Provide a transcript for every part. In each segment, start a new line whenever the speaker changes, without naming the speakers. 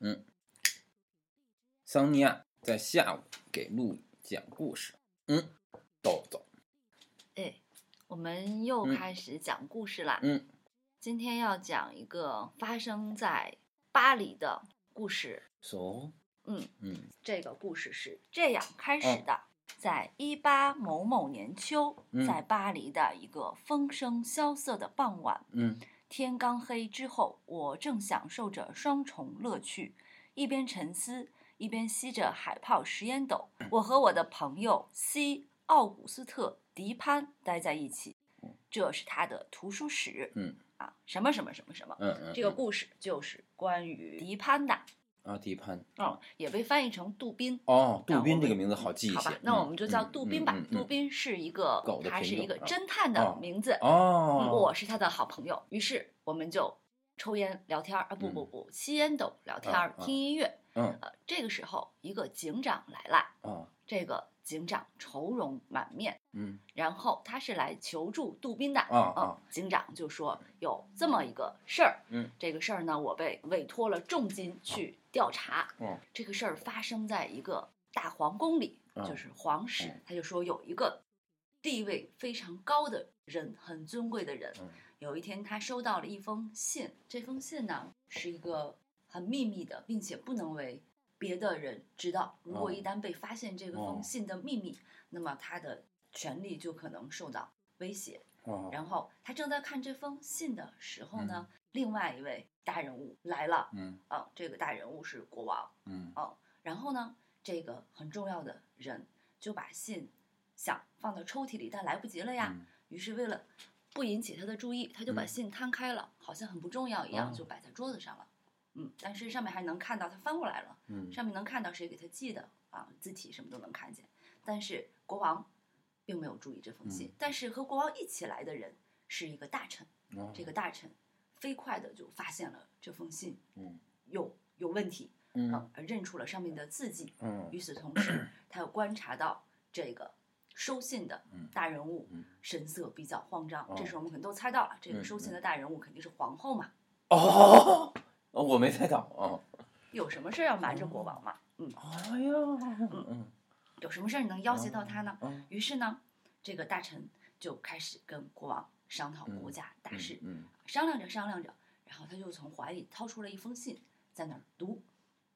嗯，桑尼亚在下午给路易讲故事。嗯，豆豆，
哎，我们又
嗯
开始讲故事啦。
嗯，
今天要讲一个发生在巴黎的故事。
so，
嗯，
嗯
这个故事是这样开
哦
始的：在一八某某年秋，
嗯
在巴黎的一个风声萧瑟的傍晚，
嗯
天刚黑之后，我正享受着双重乐趣，一边沉思，一边吸着海泡食烟斗。我和我的朋友西奥古斯特·迪潘待在一起，这是他的图书室。
嗯
啊，什么什么什么什么，
嗯嗯，
这个故事就是关于迪潘的，
阿迪潘，
嗯，也被翻译成杜宾。
哦，杜
那我
宾
们
这个名字好记一些，
好吧，那我
嗯
们就叫
嗯
杜宾吧
嗯。嗯
杜宾是一个
狗，的
他
品
是一
种
个
啊
侦探
哦
的名字。嗯，
哦，
我是他的好朋友，于是我们就抽烟聊天儿啊，不不
嗯
不，吸烟斗聊天
啊
儿，
啊
听音乐。
嗯
呃，这个时候一个警长来了，
啊
这个警长愁容满面，
嗯
然后他是来求助杜宾的。
啊
嗯
啊
警长就说有这么一个事儿，
嗯，
这个事儿呢，我被委托了重金去调查。
哦
这个事儿发生在一个大皇宫里，
啊
就是皇室。
嗯
他就说有一个地位非常高的人，很尊贵的人，
嗯
有一天他收到了一封信，这封信呢是一个很秘密的，并且不能为别的人知道。如果
哦
一旦被发现这个
哦
封信的秘密，那么他的权利就可能受到威胁。
哦，
然后他正在看这封信的时候呢，另外一位大人物来了。
嗯
啊，这个大人物是国王。
嗯
然后呢，这个很重要的人就把信想放到抽屉里，但来不及了呀。
嗯
于是为了不引起他的注意，他就把
嗯
信摊开了，好像很不重要一样，
哦
就摆在桌子上了。嗯，但是上面还能看到他翻过来了，
嗯
上面能看到谁给他寄的啊，字体什么都能看见。但是国王并没有注意这封信，
嗯
但是和国王一起来的人是一个大臣，
哦
这个大臣飞快的就发现了这封信
嗯
有有问题，
嗯
啊，而认出了上面的字迹。
嗯
与此同 时，他又观察到这个收信的
嗯
大人物
嗯
神色比较慌张
哦。
这时候我们可能都猜到了，这
嗯
个收信的大人物肯定是皇后嘛，
哦，我没猜到啊，
有什么事儿要瞒着国王嘛？嗯，
哎呀，嗯
有什么事儿你能要挟到他呢？
嗯
于是呢，这个大臣就开始跟国王商讨国家大事，
嗯
商量着商量着，然后他就从怀里掏出了一封信，在那儿读，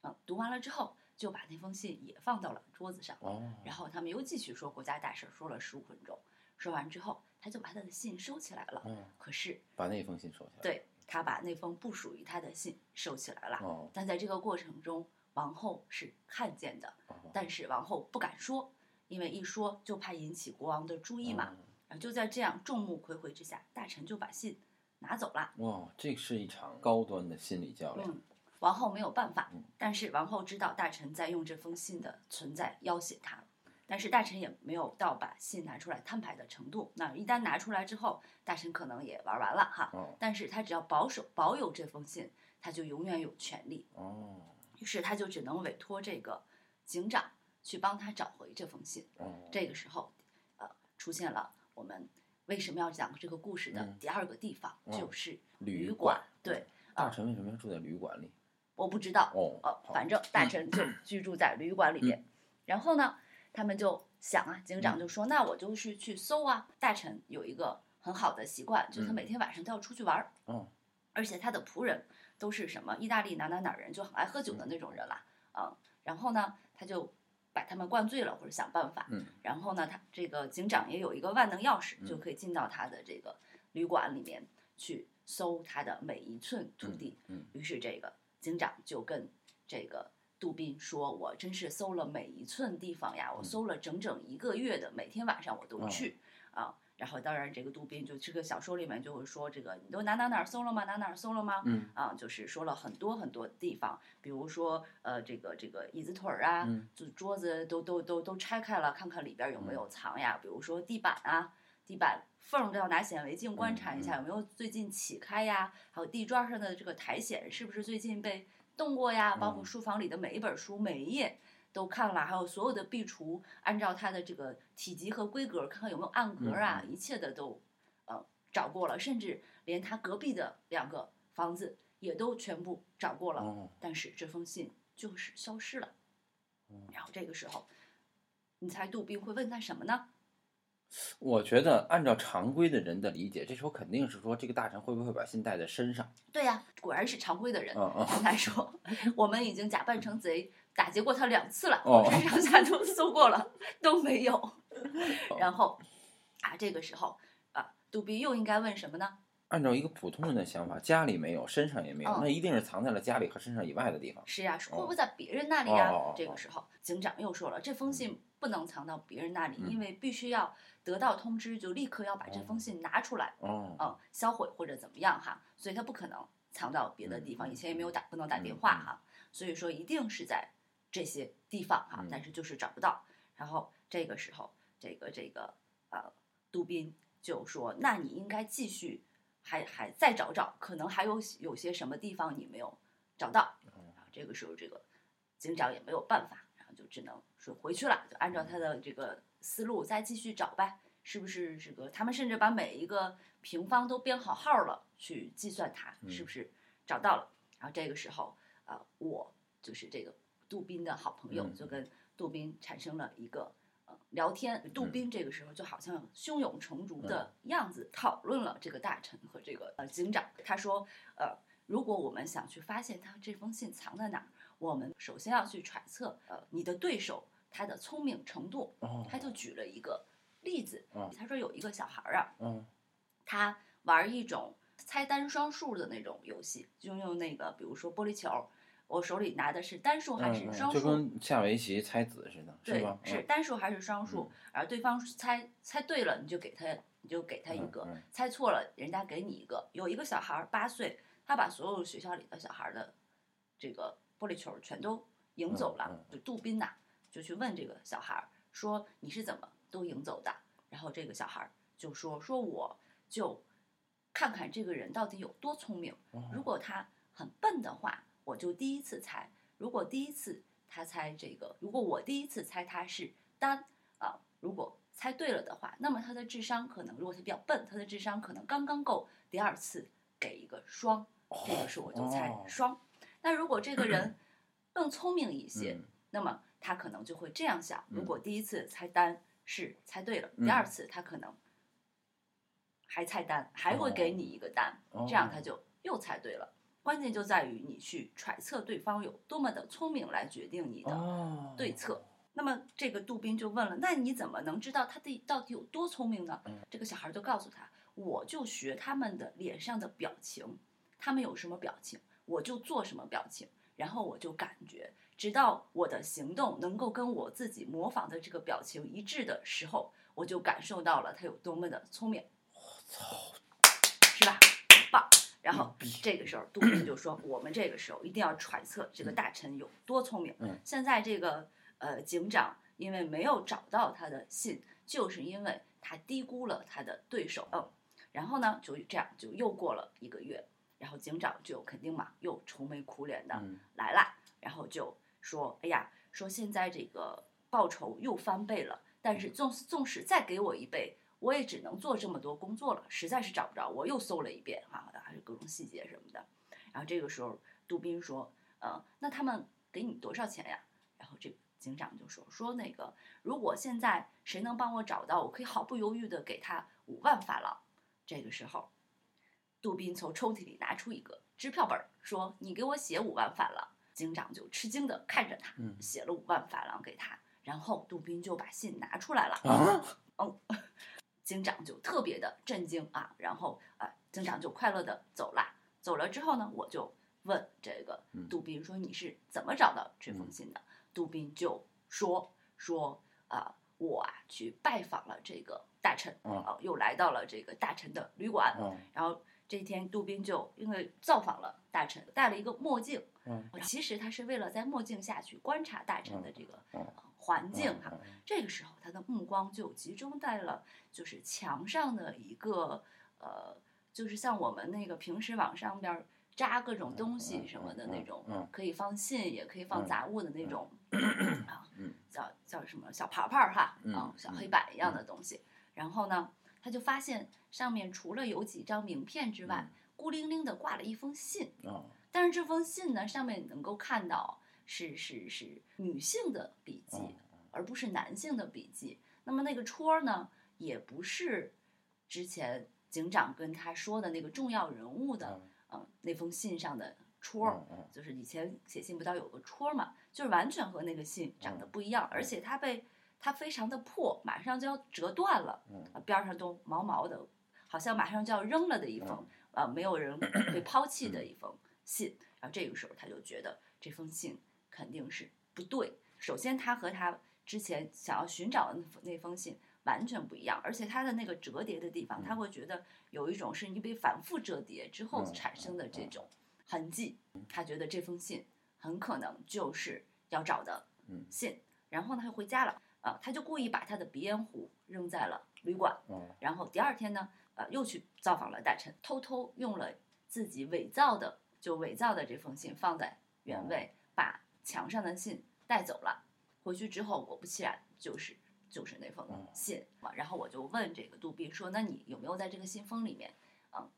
啊，读完了之后就把那封信也放到了桌子上。
哦，
然后他们又继续说国家大事，说了十五分钟。说完之后，他就把他的信收起来了。
嗯，
可是，
把那封信收下来，
对他把那封不属于他的信收起来了。
哦，
但在这个过程中，王后是看见的，
哦
但是王后不敢说，因为一说就怕引起国王的注意
哦
嘛。然后就在这样众目睽睽之下，大臣就把信拿走了。
哇，哦这是一场高端的心理较量。
嗯，王后没有办法
嗯，
但是王后知道大臣在用这封信的存在要挟她，但是大臣也没有到把信拿出来摊牌的程度。那一旦拿出来之后，大臣可能也玩完了哈。
哦
但是他只要保守保有这封信，他就永远有权利。
哦
于是他就只能委托这个警长去帮他找回这封信。
哦，
这个时候，呃，出现了我们为什么要讲这个故事的
嗯
第二个地方，
哦
就是
旅
馆。对，
大臣为什么要住在旅馆里？
我不知道，
哦，
呃，
好嗯
反正大臣就居住在旅馆里面。然后呢，他们就想啊，警
嗯
长就说：“那我就是去搜啊。”大臣有一个很好的习惯，就他
嗯
每天晚上都要出去玩儿，
哦
而且他的仆人都是什么意大利哪哪哪儿人，就很爱喝
嗯
酒的那种人啦、啊。然后呢，他就把他们灌醉了，或者想办法。
嗯
然后呢，他这个警长也有一个万能钥匙，
嗯
就可以进到他的这个旅馆里面去搜他的每一寸土地。
嗯
于是这个警长就跟这个杜宾说：“我真是搜了每一寸地方呀，我
嗯哦
搜了整整一个月的，每天晚上我都去、啊。”然后当然这个杜宾就这个小说里面就会说：“这个你都哪哪哪儿搜了吗？哪哪儿搜了吗？”
嗯
啊，就是说了很多很多地方，比如说呃，这个这个椅子腿儿啊，
嗯
就桌子都都都都拆开了，看看里边儿有没有藏呀，比如说地板啊，地板缝儿都要拿显微镜观察一
嗯
下有没有最近起开呀，还有地砖上的这个苔藓是不是最近被动过呀，包括
嗯
书房里的每一本书每一页。都看了，还有所有的壁橱，按照它的这个体积和规格，看看有没有暗格啊，
嗯
一切的都，呃，找过了，甚至连他隔壁的两个房子也都全部找过了，
哦，
但是这封信就是消失了
哦。
然后这个时候，你猜杜宾会问他什么呢？
我觉得按照常规的人的理解，这时候肯定是说这个大臣会不会把信带在身上？
对呀、果然是常规的人。
嗯嗯，
他说：“我们已经假扮成贼，打劫过他两次了，
哦
身上下都搜过了，都没有。”
哦
然后啊，这个时候啊，杜宾又应该问什么呢？
按照一个普通人的想法，家里没有，身上也没有，
嗯
那一定是藏在了家里和身上以外的地方。
是呀、是会
哦
不会在别人那里呀、
哦哦哦
这个时候，警长又说了，这封信不能藏到别人那里，
嗯
因为必须要得到通知，就立刻要把这封信拿出来，
哦，
嗯，销毁或者怎么样哈，所以他不可能藏到别的地方，
嗯
以前也没有打不能打电话
嗯嗯
哈，所以说一定是在这些地方哈
嗯，
但是就是找不到。然后这个时候，这个这个呃，杜宾就说：“那你应该继续，还还再找找，可能还有有些什么地方你没有找到。”
哦
然后这个时候，这个警长也没有办法，然后就只能说回去了，就按照他的这个思路再继续找呗。是不是这个？他们甚至把每一个平方都编好号了，去计算它
嗯
是不是找到了。然后这个时候，啊、我就是这个杜宾的好朋友，
嗯
就跟杜宾产生了一个呃聊天。杜
嗯
宾这个时候就好像胸有成竹的样子，讨论了这个大臣和这个呃警长。他说，呃，如果我们想去发现他这封信藏在哪儿，我们首先要去揣测，呃，你的对手他的聪明程度。
哦，
他就举了一个例子
嗯，
他说有一个小孩儿啊，
嗯
他玩一种猜单双数的那种游戏，就用那个比如说玻璃球，我手里拿的是单数还
嗯，
是
嗯
双
就
数？
跟下围棋猜子似的，
对
吧，？
是
嗯
单数还是双数？而对方猜猜对了，你就给他，你就给他一
嗯
个；
嗯
猜错了，人家给你一个。有一个小孩儿八岁，他把所有学校里的小孩儿的这个玻璃球全都赢走了。
嗯
就杜宾呐、就去问这个小孩儿说：“你是怎么都赢走的？”然后这个小孩儿就说：“说我就看看这个人到底有多聪明。
哦
如果他很笨的话，我就第一次猜；如果第一次他猜这个，如果我第一次猜他是单啊、如果猜对了的话，那么他的智商可能，如果他比较笨，他的智商可能刚刚够第二次给一个双，这个是我就猜
哦
双。那如果这个 人更聪明一些，
嗯
那么他可能就会这样想：如
嗯
果第一次猜单是猜对了，
嗯
第二次他可能还猜单，还会给你一个单，
哦
这样他就又猜对了。关键就在于你去揣测对方有多么的聪明来决定你的
哦
对策。那么这个杜宾就问了：“那你怎么能知道他的到底有多聪明呢
嗯？”
这个小孩就告诉他：“我就学他们的脸上的表情，他们有什么表情，我就做什么表情，然后我就感觉，直到我的行动能够跟我自己模仿的这个表情一致的时候，我就感受到了他有多么的聪明。”是吧？很棒。然后这个时候，杜宾就说：“我们这个时候一定要揣测这个大臣有多聪明。
嗯
现在这个呃警长因为没有找到他的信，就是因为他低估了他的对手。嗯，然后呢，就这样就又过了一个月，然后警长就肯定嘛又愁眉苦脸的
嗯
来啦，然后就说：“哎呀，说现在这个报酬又翻倍了，但是纵纵使再给我一倍，我也只能做这么多工作了，实在是找不着。我又搜了一遍哈、啊，还有各种细节什么的。然后这个时候，杜宾说：‘呃，那他们给你多少钱呀？’然后这个警长就说：‘说那个，如果现在谁能帮我找到，我可以毫不犹豫的给他五万法郎。’这个时候，杜宾从抽屉里拿出一个支票本儿，说：‘你给我写五万法郎。’警长就吃惊的看着他，
嗯
写了五万法郎给他，然后杜宾就把信拿出来了。哦
啊，
警长就特别的震惊啊，然后啊、警长就快乐的走了。走了之后呢，我就问这个
嗯
杜宾说：“你是怎么找到这封
嗯
信的？”杜宾就说：“说啊、我啊去拜访了这个大臣，
嗯
啊又来到了这个大臣的旅馆，
嗯
然后这天杜宾就因为造访了大臣，戴了一个墨镜，呃
嗯
其实他是为了在墨镜下去观察大臣的这个、
嗯
呃环境哈、
嗯
这个时候，他的目光就集中在了就是墙上的一个呃，就是像我们那个平时往上边儿扎各种东西什么的那种，
嗯嗯嗯
可以放信也可以放
嗯
杂物的那 种、啊
嗯，
叫叫什么小盘盘儿哈，
嗯
啊，小
嗯
黑板一
嗯
样的东西。然后呢，他就发现上面除了有几张名片之外，孤零零的挂了一封信，
哦，
但是这封信呢，上面能够看到是是是女性的笔记，
哦
而不是男性的笔记。那么那个戳儿呢，也不是之前警长跟他说的那个重要人物的，
嗯
呃，那封信上的戳儿。
嗯嗯
就是以前写信不都有个戳儿嘛，就是完全和那个信长得不一样，而且它被它非常的破，马上就要折断了，
嗯
啊边儿上都毛毛的，好像马上就要扔了的一封，呃，没有人被抛弃的一封信。然后这个时候他就觉得这封信肯定是不对。首先，他和他之前想要寻找的那封那封信完全不一样，而且它的那个折叠的地方，他
嗯
会觉得有一种是你被反复折叠之后
嗯
产生的这
嗯
种痕迹。他觉得这封信很可能就是要找的
嗯
信，然后呢，他就回家了。啊，他就故意把他的鼻烟壶扔在了旅馆，
哦
然后第二天呢，呃，又去造访了大臣，偷偷用了自己伪造的，就伪造的这封信放在原位，把墙上的信带走了。回去之后，果不其然，就是就是那封
哦
信。然后我就问这个杜宾说：“那你有没有在这个信封里面，嗯，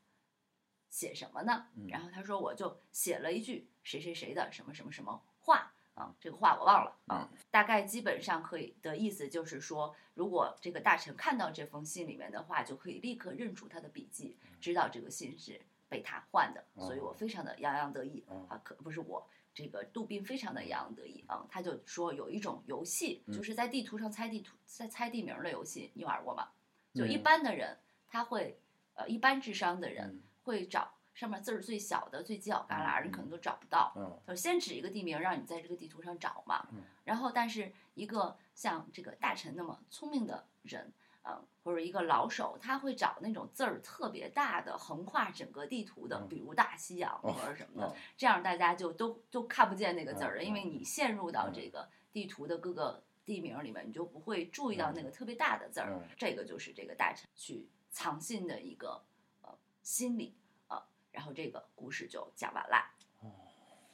写什么呢？”
嗯
然后他说：“我就写了一句谁谁谁的什么什么什么话。”啊，这个话我忘了啊，
嗯
大概基本上可以的意思就是说，如果这个大臣看到这封信里面的话，就可以立刻认出他的笔迹，
嗯
知道这个信是被他换的，所以我非常的洋洋得意
哦
啊，可不是我。这个杜宾非常的洋洋得意啊，他就说有一种游戏，
嗯
就是在地图上猜地图、猜猜地名儿的游戏，你玩过吗？就
没
一
有
般的人，他会呃一般智商的人
嗯
会找上面字儿最小的、最犄角旮旯儿，你
嗯
可能都找不到。
哦
就是先指一个地名，让你在这个地图上找嘛
嗯。
然后，但是一个像这个大臣那么聪明的人，呃，或者一个老手，他会找那种字儿特别大的，横跨整个地图的，
嗯
比如大西洋
哦
或者什么的，
哦
这样大家就都都看不见那个字儿了，
嗯
因为你陷入到
嗯
这个地图的各个地名里面，你就不会注意到那个特别大的字儿
嗯。
这个就是这个大臣去藏信的一个呃心理啊、呃然后这个故事就讲完啦。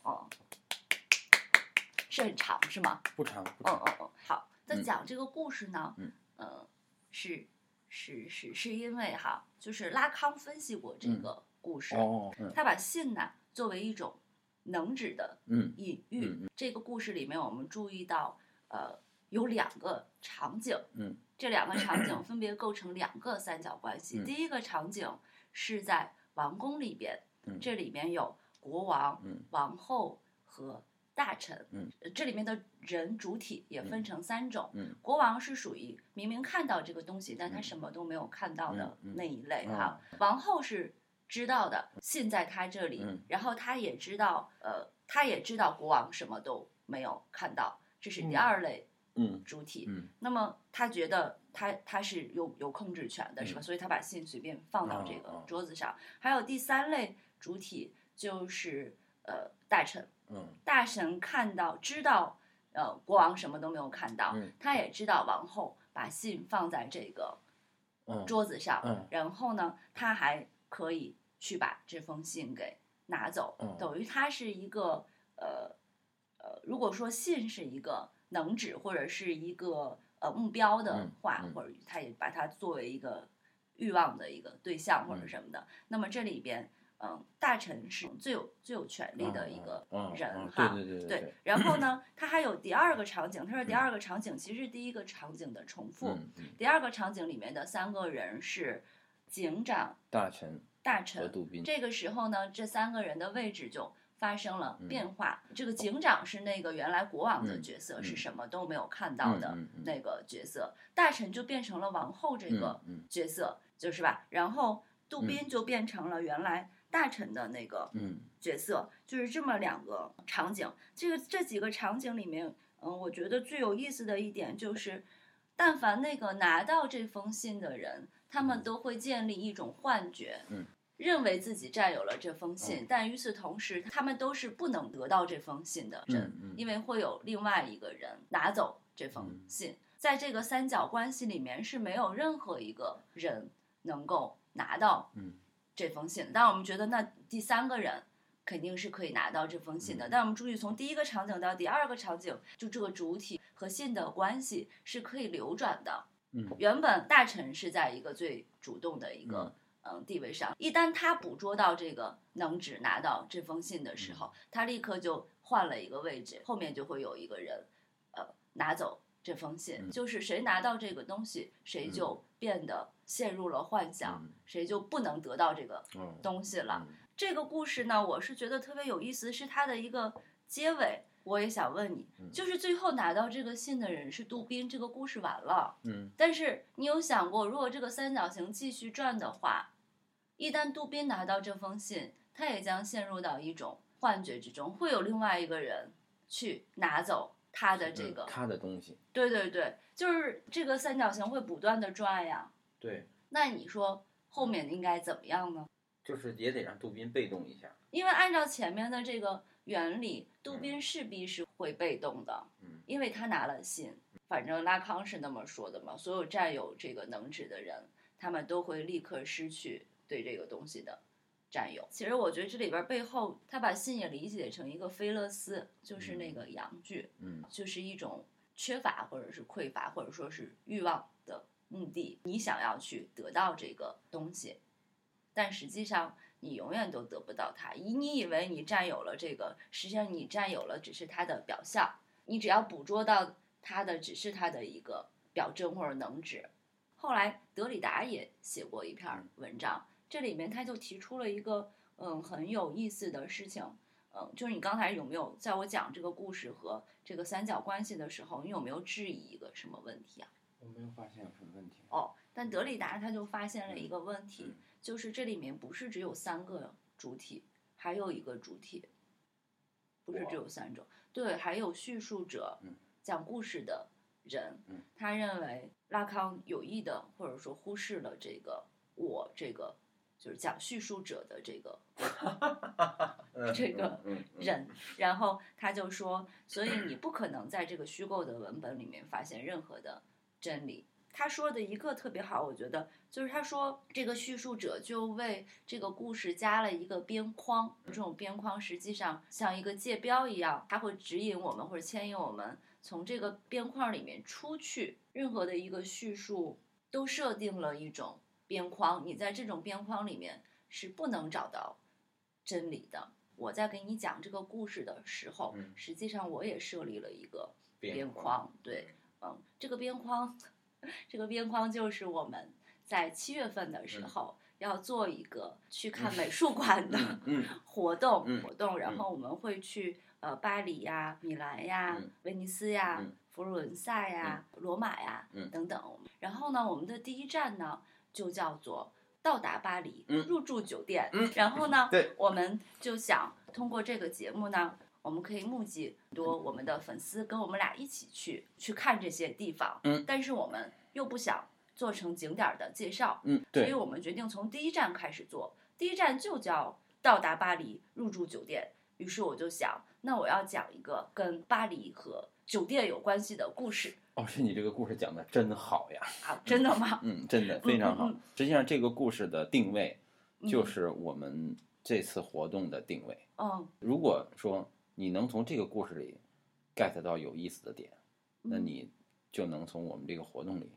哦，是很长是吗？
不长不
嗯
长，
嗯嗯，好。那
嗯
讲这个故事呢，
嗯
呃，是是是是因为哈，就是拉康分析过这
嗯
个故事，
哦嗯
他把信呢作为一种能指的
嗯
隐喻。这个故事里面，我们注意到，呃，有两个场景，
嗯，
这两个场景分别构成两个三角关系。
嗯
第一个场景是在王宫里边，
嗯
这里面有国王、
嗯
王后和大臣，
嗯
呃这里面的人主体也分成三种。
嗯
国王是属于明明看到这个东西，但他
嗯
什么都没有看到的
嗯嗯
那一类
嗯
哈、王后是知道的，信在他这里，
嗯
然后他也知道，呃，他也知道国王什么都没有看到，这是第二类
嗯
主体。
嗯
那么他觉得他他是有有控制权的，是吧？
嗯
所以他把信随便放到这
哦
个
哦
桌子上。还有第三类主体就是呃大臣，
嗯
大神看到知道，呃，国王什么都没有看到，
嗯
他也知道王后把信放在这个
嗯
桌子上，
嗯
然后呢，他还可以去把这封信给拿走，
嗯
等于他是一个呃呃，如果说信是一个能指或者是一个呃目标的
嗯
话，
嗯
或者他也把它作为一个欲望的一个对象或者
嗯
什么的，那么这里边。嗯，大臣是最有最有权利的一个
嗯嗯
人
嗯
哈，
对对对
对，然后呢，它还有第二个场景，他说第二个场景其实是第一个场景的重复。
嗯嗯
第二个场景里面的三个人是警长、
大臣
大
和
臣。
杜宾
这个时候呢，这三个人的位置就发生了
嗯
变化。这个警长是那个原来国王的
嗯
角色，
嗯
是什么都没有看到的
嗯嗯嗯
那个角色。大臣就变成了王后这个
嗯
角色，就是吧？然后杜宾就变成了原来大臣的那个
嗯
角色，就是这么两个场景。这个这几个场景里面，嗯，我觉得最有意思的一点就是，但凡那个拿到这封信的人，他们
嗯
都会建立一种幻觉，
嗯哦
认为自己占有了这封信，但与此同时，他们都是不能得到这封信的人，
嗯嗯
因为会有另外一个人拿走这封
嗯
信。在这个三角关系里面，是没有任何一个人能够拿到
嗯
这封信。但我们觉得那第三个人肯定是可以拿到这封信的。
嗯
但我们注意，从第一个场景到第二个场景，就这个主体和信的关系是可以流转的。
嗯
原本大臣是在一个最主动的一个嗯地位上。一旦他捕捉到这个能指拿到这封信的
嗯
时候，他立刻就换了一个位置，后面就会有一个人，呃，拿走这封信。
嗯
就是谁拿到这个东西，谁就变得陷入了幻想，
嗯
谁就不能得到这个
哦，
东西了。
嗯
这个故事呢，我是觉得特别有意思，是它的一个结尾。我也想问你，
嗯
就是最后拿到这个信的人是杜宾，这个故事完了。
嗯
但是你有想过，如果这个三角形继续转的话，一旦杜宾拿到这封信，他也将陷入到一种幻觉之中，会有另外一个人去拿走他的这
嗯
个。
他的东西，
对对对，就是这个三角形会不断的转呀。
对，
那你说后面应该怎么样呢？
就是也得让杜宾被动一下，
因为按照前面的这个原理，杜
嗯
宾势必是会被动的，
嗯
因为他拿了信。反正拉康是那么说的嘛，所有占有这个能指的人，他们都会立刻失去对这个东西的占有。其实我觉得这里边背后，他把信也理解成一个菲勒斯，就是那个阳具，
嗯
就是一种缺乏或者是匮乏，或者说是欲望的目的。你想要去得到这个东西，但实际上你永远都得不到它。以你以为你占有了这个，实际上你占有了只是它的表象。你只要捕捉到它的，只是它的一个表征或者能指。后来德里达也写过一篇文章，这里面他就提出了一个嗯很有意思的事情。嗯，就是你刚才有没有在我讲这个故事和这个三角关系的时候，你有没有质疑一个什么问题啊？
我没有发现有什么问题，
哦，但德里达他就发现了一个问题，
嗯
就是这里面不是只有三个主体，还有一个主体，不是只有三种。对，还有叙述者，
嗯
讲故事的人，
嗯
他认为拉康有意的或者说忽视了这个我这个就是讲叙述者的这个
嗯
这个
嗯嗯
人，然后他就说，所以你不可能在这个虚构的文本里面发现任何的真理。他说的一个特别好，我觉得就是他说这个叙述者就为这个故事加了一个边框，这种边框实际上像一个界标一样，它会指引我们或者牵引我们从这个边框里面出去。任何的一个叙述都设定了一种边框，你在这种边框里面是不能找到真理的。我在给你讲这个故事的时候，
嗯
实际上我也设立了一个边
边
框，对，嗯，这个边框， 这个边框就是我们在七月份的时
嗯
候要做一个去看美术馆的
嗯
活动、
嗯
活动，然
嗯
后我们会去呃巴黎呀、米兰呀、
嗯
威尼斯呀、
嗯
佛罗伦萨呀、罗马呀、
嗯
等等。然后呢，我们的第一站呢就叫做到达巴黎，
嗯
入住酒店。
嗯
然后呢，
对
我们就想通过这个节目呢，我们可以募集很多我们的粉丝跟我们俩一起去去看这些地方。
嗯
但是我们又不想做成景点儿的介绍，
嗯，
所以
对，
我们决定从第一站开始做，第一站就叫到达巴黎入住酒店。于是我就想，那我要讲一个跟巴黎和酒店有关系的故事
哦，是你这个故事讲的真好呀，
啊，真的吗？
嗯，真的非常好
嗯。
实际上，这个故事的定位
嗯
就是我们这次活动的定位。
嗯，
如果说你能从这个故事里 get 到有意思的点，那
嗯
你就能从我们这个活动里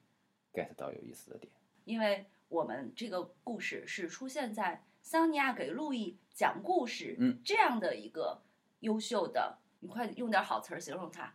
get 到有意思的点。
因为我们这个故事是出现在桑尼亚给路易讲故事、
嗯
这样的一个优秀的，你快用点好词儿形容他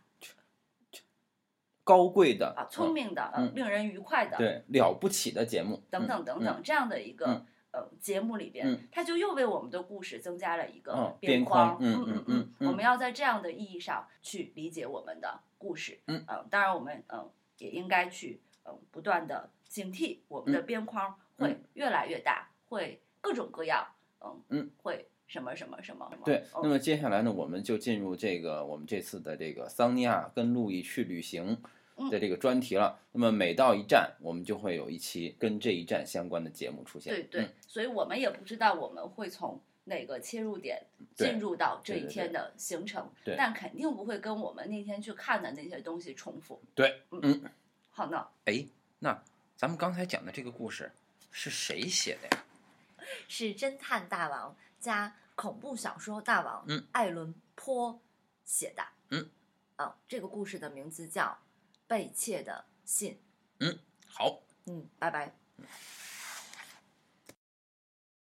高贵的
啊，聪、明的、呃
嗯
令人愉快的，
嗯对了不起的节目
等等
嗯
等
嗯
等这样的一个、
嗯
呃节目里边，
嗯
他就又为我们的故事增加了一个
哦
边
边框
嗯
嗯
嗯
嗯嗯
我们要在这样的意义上去理解我们的故事。
嗯
呃当然我们嗯、呃也应该去嗯、呃不断的警惕我们的
嗯
边框会越来越大，会各种各样，嗯
嗯，
会什么什么什么什么。
对，那
嗯
么接下来呢，我们就进入这个我们这次的这个桑尼亚跟路易去旅行
嗯
的这个专题了。那么每到一站，我们就会有一期跟这一站相关的节目出现。嗯
对对、所以我们也不知道我们会从。哪个切入点
对
进入到这
对
一
对
天的行程
对
但肯定不会跟我们那天去看的那些东西重复。
对，
嗯，好呢，
哎、那咱们刚才讲的这个故事是谁写的呀？
是侦探大王加恐怖小说大王
嗯
艾伦坡写的。
嗯，
啊，这个故事的名字叫《被窃的信》。
好，
嗯，拜拜。